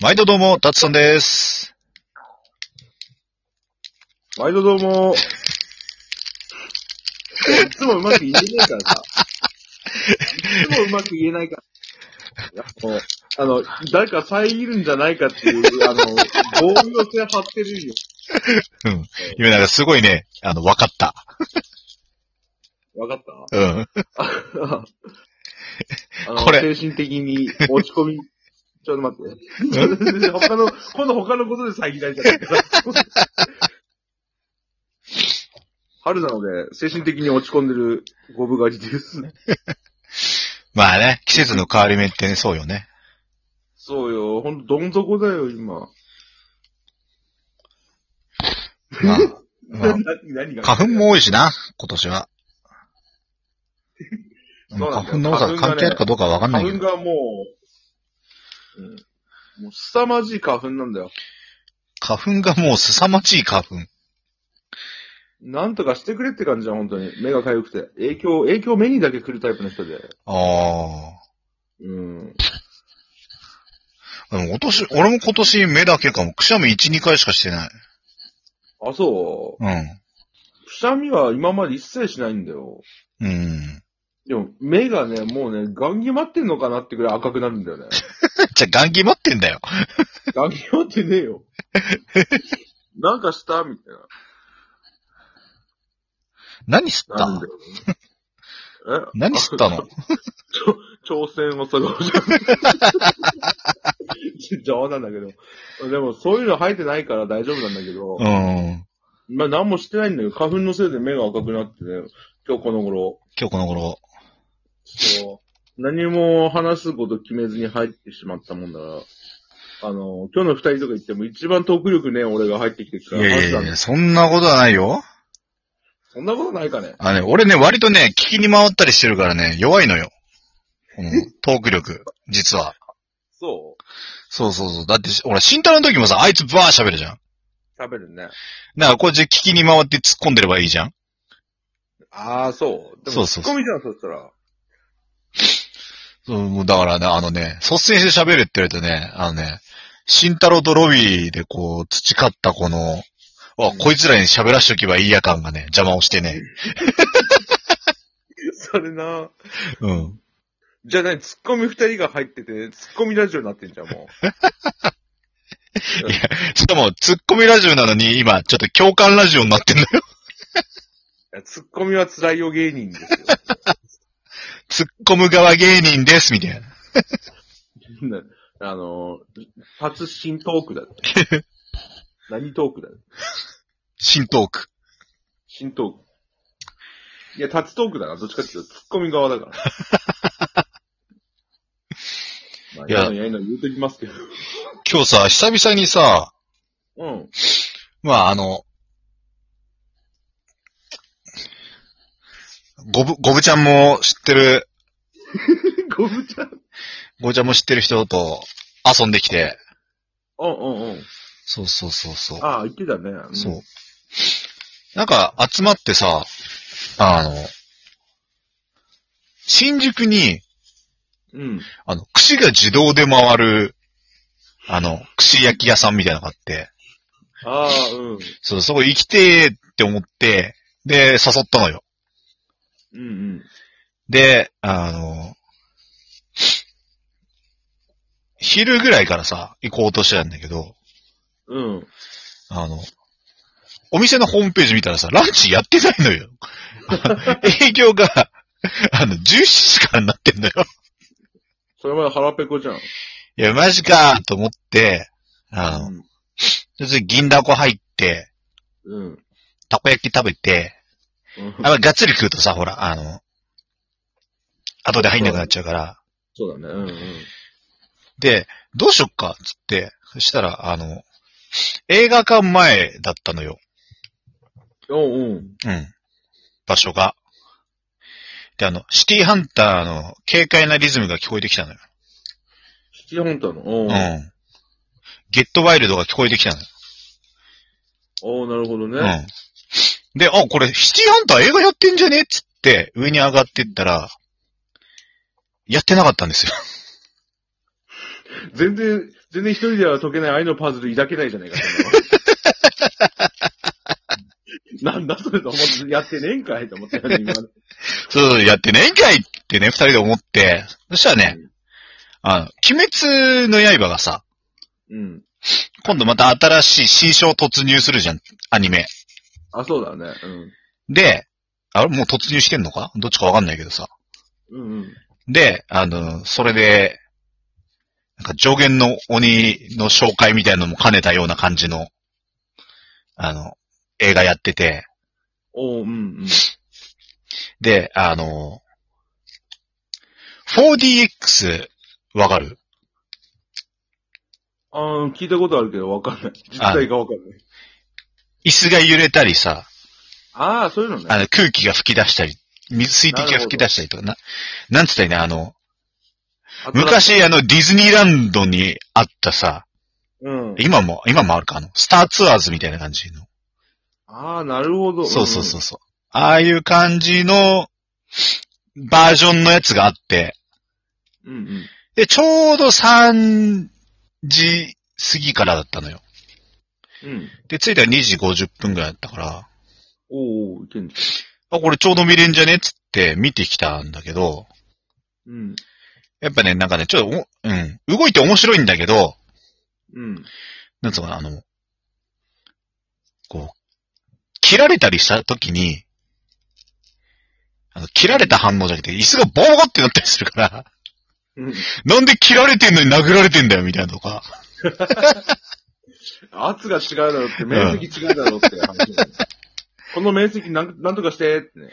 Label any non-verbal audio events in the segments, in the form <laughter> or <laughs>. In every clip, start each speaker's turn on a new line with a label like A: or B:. A: 毎度どうも、たつさんです。
B: 毎度どうも。いつもうまく言えねえからさ。いつもうまく言えないから。あの、あの誰か遮るんじゃないかっていう、あの、防御性張ってるよ。
A: うん。今なんかすごいね、あの、わかった。
B: わかっ
A: うん。
B: <laughs> たあの
A: これ
B: 精神的に落ち込 <laughs> み、ちょっと待って。他の、今度他のことで遮られちゃった。春なので、精神的に落ち込んでるゴブ狩りです。
A: まあね、季節の変わり目ってね、そうよね。
B: そうよ、ほんとどん底だよ、今。
A: まあ、まあ
B: <laughs> 何何が
A: 花粉も多いしな、今年は。うん
B: <laughs> そうなんだよ
A: 花粉の多さが関係あるかどうかはわかんないけ
B: 花粉
A: ど。
B: がもう、うん、もう凄まじい花粉なんだよ。
A: 花粉がもう凄まじい花粉。
B: なんとかしてくれって感じだ、本当に。目が痒くて。影響、影響目にだけ来るタイプの人で。
A: あ
B: うん。
A: あ。でも今年、俺も今年目だけかも、くしゃみ1、2回しかしてない。
B: あ、そう。くしゃみは今まで一切しないんだよ。
A: うん。うん。 <laughs>
B: でも、目がね、もうね、ガンギ待ってんのかなってくらい赤くなるんだ
A: <laughs>
B: よね。
A: じゃあ、元気待ってんだよ。
B: ガンギ待ってねえよ。なんかしたみたいな。
A: 何吸っ
B: なるん
A: た
B: だよね、え
A: 何吸ったの
B: 挑戦をさ、ごじ <laughs> 冗談だけど。でも、そういうの生えてないから大丈夫なんだけど、
A: うん。
B: まあ、何もしてないんだけど、花粉のせいで目が赤くなってね、今日この頃、
A: 今日この頃。
B: そう何も話すこと決めずに入ってしまったもんだから、あの、今日の二人とか言っても一番トーク力ね、俺が入ってきてる
A: い
B: から、
A: やい
B: マ
A: や
B: ジ
A: い
B: だ
A: や、
B: ね
A: そんなことはないよ。
B: そんなことないかね。
A: あのね、俺ね、割とね、聞きに回ったりしてるからね、弱いのよ。この <laughs> トーク力、実は。
B: そ
A: そうそうそう。だってし、俺、新太郎の時もさ、あいつバー喋るじゃん。
B: う喋るね。
A: だから、こっちで聞きに回って突っ込んでればいいじゃん。
B: ああ、そう。で
A: そ
B: も、
A: うそう
B: ツッ
A: そう
B: コミじゃん、そしたら。
A: そう、だからね、あのね、率先して喋るって言われてね、あのね、新太郎とロビーでこう、培ったこの、あ、こいつらに喋らしとけばいいや感がね、邪魔をしてね。
B: それな
A: うん。
B: じゃあ何、ツッコミ二人が入ってて、ツッコミラジオになってんじゃん、も
A: しかも、ツッコミラジオなのに、今、ちょっと共感ラジオになってんのよ。
B: う。ツッコミは辛いよ芸人ですよ。
A: ツッコむ側芸人です、みたいな。
B: <laughs> あの、達新トークだって。 <laughs> 何トークだよ
A: 新トーク。
B: 新トーク。いや、達トークだな。どっちかっていうと、ツッコミ側だから。 <laughs> まあ、
A: いや
B: やいのやいの言うときますけど。
A: 今日さ、久々にさ、
B: うん。
A: まあ、あの、ゴブ、ゴブちゃんも知ってる、
B: ゴブちゃん。
A: ゴブちゃんも知ってる人と遊んできて、
B: うんうんうん。
A: そうそうそうそう。
B: ああ、言ってたね。ん
A: そう。。なんか、集まってさ、あの、新宿に、
B: うん。
A: あの、串が自動で回る、あの、串焼き屋さんみたいなのがあって、
B: ああ、うん。
A: そう、そこ行きてーって思って、で、誘ったのよ。
B: うんうん。
A: で、あの、昼ぐらいからさ、行こうとしてたんだけど、
B: うん。
A: あの、お店のホームページ見たらさ、ランチやってないのよ。 <laughs> 営業が、あの、17時からになってんだよ。
B: それまで腹ペコじゃん。
A: いや、マジかと思って、あの、
B: うん
A: ちょっと銀だこ入って、
B: うん。
A: たこ焼き食べて、
B: うん
A: あの、がっつり食うとさ、ほら、あの、後で入んなくなっちゃうから、
B: そうだね。うんうん。
A: で、どうしよっか、つって、そしたら、あの、映画館前だったのよ。
B: おう
A: うん。場所が。で、あの、シティハンターの軽快なリズムが聞こえてきたのよ。
B: シティハンターの。おう
A: うん。ゲットワイルドが聞こえてきたのよ。
B: おうなるほどね。
A: うん。で、あ、これシティハンター映画やってんじゃねっつって、上に上がってったら、やってなかったんですよ。
B: 全然、全然一人では解けない愛のパズル抱けないじ
A: <laughs>
B: ゃないか、そんなのなんだそれと思って、やってねえんかいと思って、今の
A: <laughs> そう、やってねえんかいってね、二人で思って、そしたらね、あの、鬼滅の刃がさ、
B: うん。
A: 今度また新しい新章突入するじゃん、アニメ。
B: あ、そうだね。
A: で、あれもう突入してんのかどっちかわかんないけどさ。
B: うん。うんうん。
A: で、あの、それで、なんか上限の鬼の紹介みたいなのも兼ねたような感じの、あの、映画やってて、
B: おう、うん、うん。
A: で、あの、4DX わかる
B: あー聞いたことあるけど、わかんない。実際がわかんない。
A: 椅子が揺れたりさ、
B: ああー、そういうの
A: あ
B: ね。
A: の空気が吹き出したり、水、水滴が吹き出したりとか、な、なんつったらいいね、あの、昔あのディズニーランドにあったさ、
B: うん。
A: 今も、今もあるか、あの、スターツアーズみたいな感じの。
B: ああ、なるほど。
A: そうそうそうそう。ああいう感じのバージョンのやつがあって、
B: うん。うんうん。
A: で、ちょうど3時過ぎからだったのよ。
B: うん。
A: で、着いたら2時50分ぐらいだったから、
B: おうおう、いけんじ
A: あ、これちょうど見れんじゃねっつって見てきたんだけど、
B: ゃん。うん。
A: やっぱね、なんかね、ちょっとお、うん、動いて面白いんだけど、
B: うん。
A: なんつうのかな、あの、こう、切られたりした時に、あの、切られた反応じゃなくて、椅子がボーってなったりするから、 <laughs>
B: うん。
A: なんで切られてんのに殴られてんだよ、みたいなとか。
B: 圧が違うだろうって、面積違うだろうって話だよね、 <laughs> この面積なん、なんとかしてってね。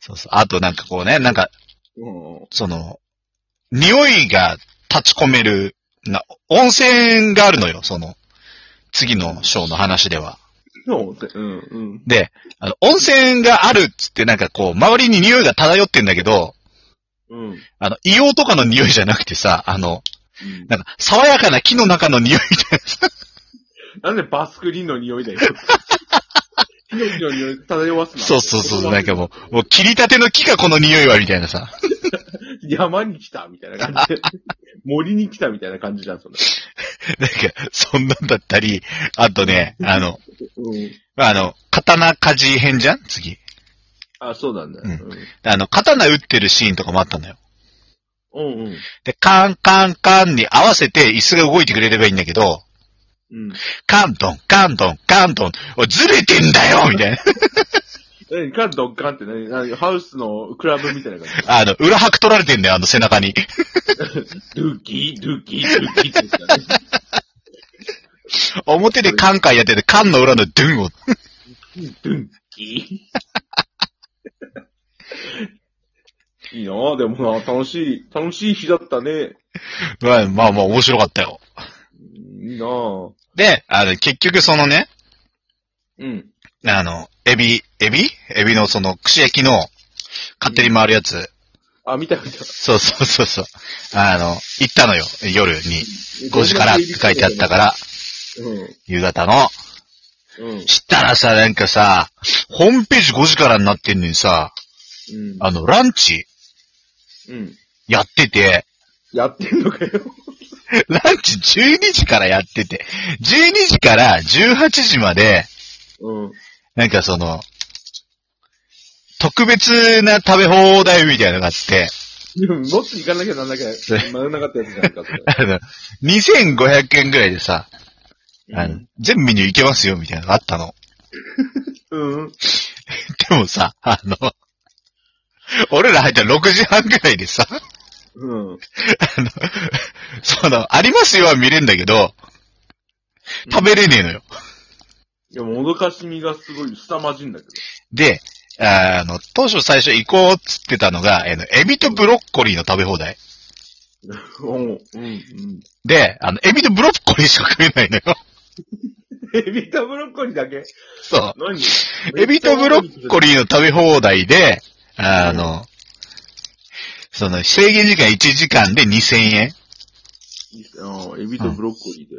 A: そうそう。あとなんかこうね、なんか、
B: うん。
A: その、匂いが立ち込める、な、温泉があるのよ、その、次の章の話では。
B: そうって、うん、うん。
A: で、あの、温泉があるっつってなんかこう、周りに匂いが漂ってんだけど、
B: うん。うん
A: あの、硫黄とかの匂いじゃなくてさ、あの、なんか、爽やかな木の中の匂いみたい
B: なんでバスクリンの匂いだよ。木の木の匂い漂わす
A: な。<laughs>
B: な。
A: そうそうそう、なんかもう、もう切り立ての木がこの匂いは、みたいなさ。 <laughs>
B: 山に来たみたいな感じで。森に来たみたいな感じじゃん、それ。
A: なんか、そんなんだったり、あと <laughs> ね、あの、
B: うん。
A: まあ、あの、刀鍛冶編じゃん次。
B: あ、そうなんだ。
A: うんあの、刀打ってるシーンとかもあったのよ。
B: うん。うんうん。
A: で、カンカンカンに合わせて椅子が動いてくれればいいんだけど、
B: うん。
A: カントン、カントン、カントン、おいずれてんだよみ <laughs> たいな。
B: え、カンドッカンって何何ハウスのクラブみたいな感じ。
A: あの、裏拍取られてんだよ、あの背中に。
B: ドゥキー、ドゥキー、ドゥキーって言ってたね。
A: 表でカンカンやってて、カンの裏のドゥンを。
B: ドゥンキー。いいなぁ、でもな楽しい、楽しい日だったね。
A: まあまあまあ、面白かったよ。
B: いいなぁ。
A: で、あの、結局そのね、
B: うん。
A: あの、エビ、エビエビのその、串焼きの、勝手に回るやつ。
B: あ、見た見た。
A: そうそうそうそう。あの、行ったのよ、夜に。5時からって書いてあったから、
B: うん。
A: 夕方の。
B: うん。
A: したらさ、なんかさ、ホームページ5時からになってんのにさ、
B: うん。
A: あの、ランチ
B: うん。
A: やってて、
B: やってんのかよ。
A: ランチ12時からやってて、12時から18時まで、
B: うん。
A: なんかその、特別な食べ放題みたいなのがあって、
B: でも、もっと行かなきゃなんなきゃ、ならなかったやつじゃなかった。
A: あの、2500円ぐらいでさ、 <laughs> あの
B: う
A: 全メニューいけますよみたいなのがあったの。
B: ん。
A: でもさ、あの、俺ら入ったら6時半ぐらいでさ、
B: うん。
A: あの、その、ありますよは見れんだけど、食べれねえのよ。
B: いや、もどかしみがすごい凄まじいんだけ
A: で、あの、当初最初行こうっつってたのが、えの、エビとブロッコリーの食べ放題。
B: ど。うん。うん。
A: で、あの、エビとブロッコリーしか食えないのよ。
B: エビとブロッコリーだけ
A: そう。
B: 何
A: エビとブロッコ
B: リ
A: リーの食べ放題で、あの、その、制限時間1時間で2000円。
B: ー。うん。エビとブロッコリーで。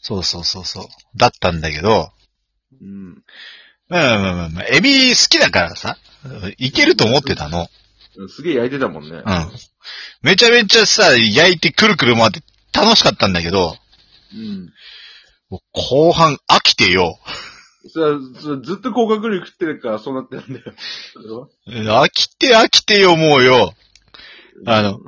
A: そうそうそうそう。だったんだけど、
B: うん。
A: まあまあまあまあ、エビ好きだからさ、いけると思ってたの。
B: すげえ焼いてたもん
A: う
B: ね。
A: ん。めちゃめちゃさ、焼いてくるくる回って楽しかったんだけど、
B: うん。
A: もう後半飽きてよ。
B: それは、それずっと甲殻類食ってるからそうなってるんだよ。それは
A: 飽きて飽きてよ、もうよ。あの、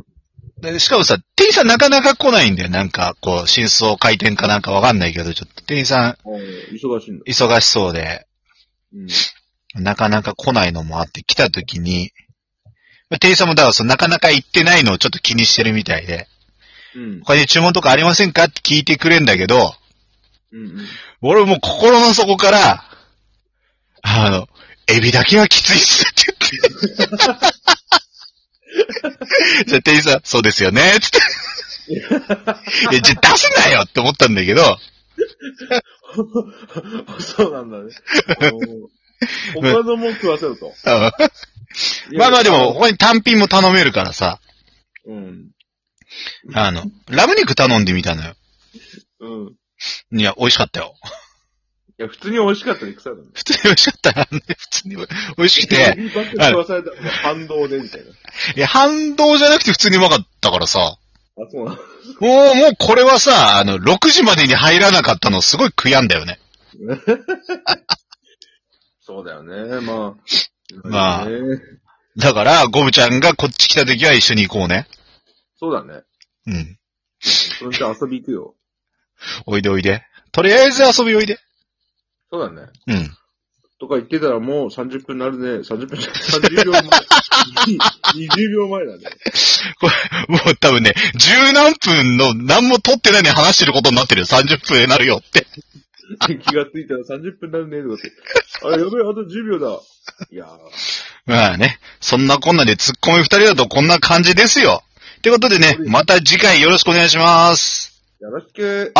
A: でしかもさ、店員さんなかなか来ないんだよ。なんか、こう、真相回転かなんかわかんないけど、ちょっと店員さん
B: おー忙しいんだ。
A: 忙しそうで、
B: うん。
A: なかなか来ないのもあって、来た時に、まあ店員さんもだからそのなかなか行ってないのをちょっと気にしてるみたいで、
B: うん。
A: 他に注文とかありませんかって聞いてくれんだけど、
B: うん。
A: 俺もう心の底から、あの、エビだけはきついっすって言って。じゃあ店員さん、そうですよねっつって。いや、じゃあ出すなよって思ったんだけど、
B: そうなんだね。おー他のも食わせると。
A: うんまあまあでも、他に単品も頼めるからさ、
B: うん。
A: あの、ラム肉頼んでみたのよ。
B: うん。
A: いや、美味しかったよ。
B: いや、普通に美味しかったで腐るの。
A: 普通に美味しかったな、普通に美味しく
B: エ
A: て。
B: <laughs> ビばっかり食わされたのが反動でみたいな。
A: いや、反動じゃなくて普通にうまかったからさ。
B: あ、そうなの。
A: もう、もうこれはさ、あの、6時までに入らなかったのすごい悔やんだよね。
B: そうだよね、まあ。
A: まあ
B: ね
A: だから、ゴブちゃんがこっち来た時は一緒に行こうね。
B: そうだね。
A: うん。
B: それじゃあ遊び行くよ。
A: おいでおいで。とりあえず遊びおいで。
B: そうだね。
A: うん。
B: とか言ってたらもう30分になるね。30分じゃない、30秒前。に20秒前だね。 <laughs>
A: もう多分ね、十何分の何も撮ってないのに話してることになってるよ。30分になるよって。
B: 気がついたら30分になるね、とかって。あれ、やべえ、あと10秒だ。いやー。
A: まあね、そんなこんなでツッコミ二人だとこんな感じですよ。ということでね、また次回よろしくお願いします。
B: よろしく。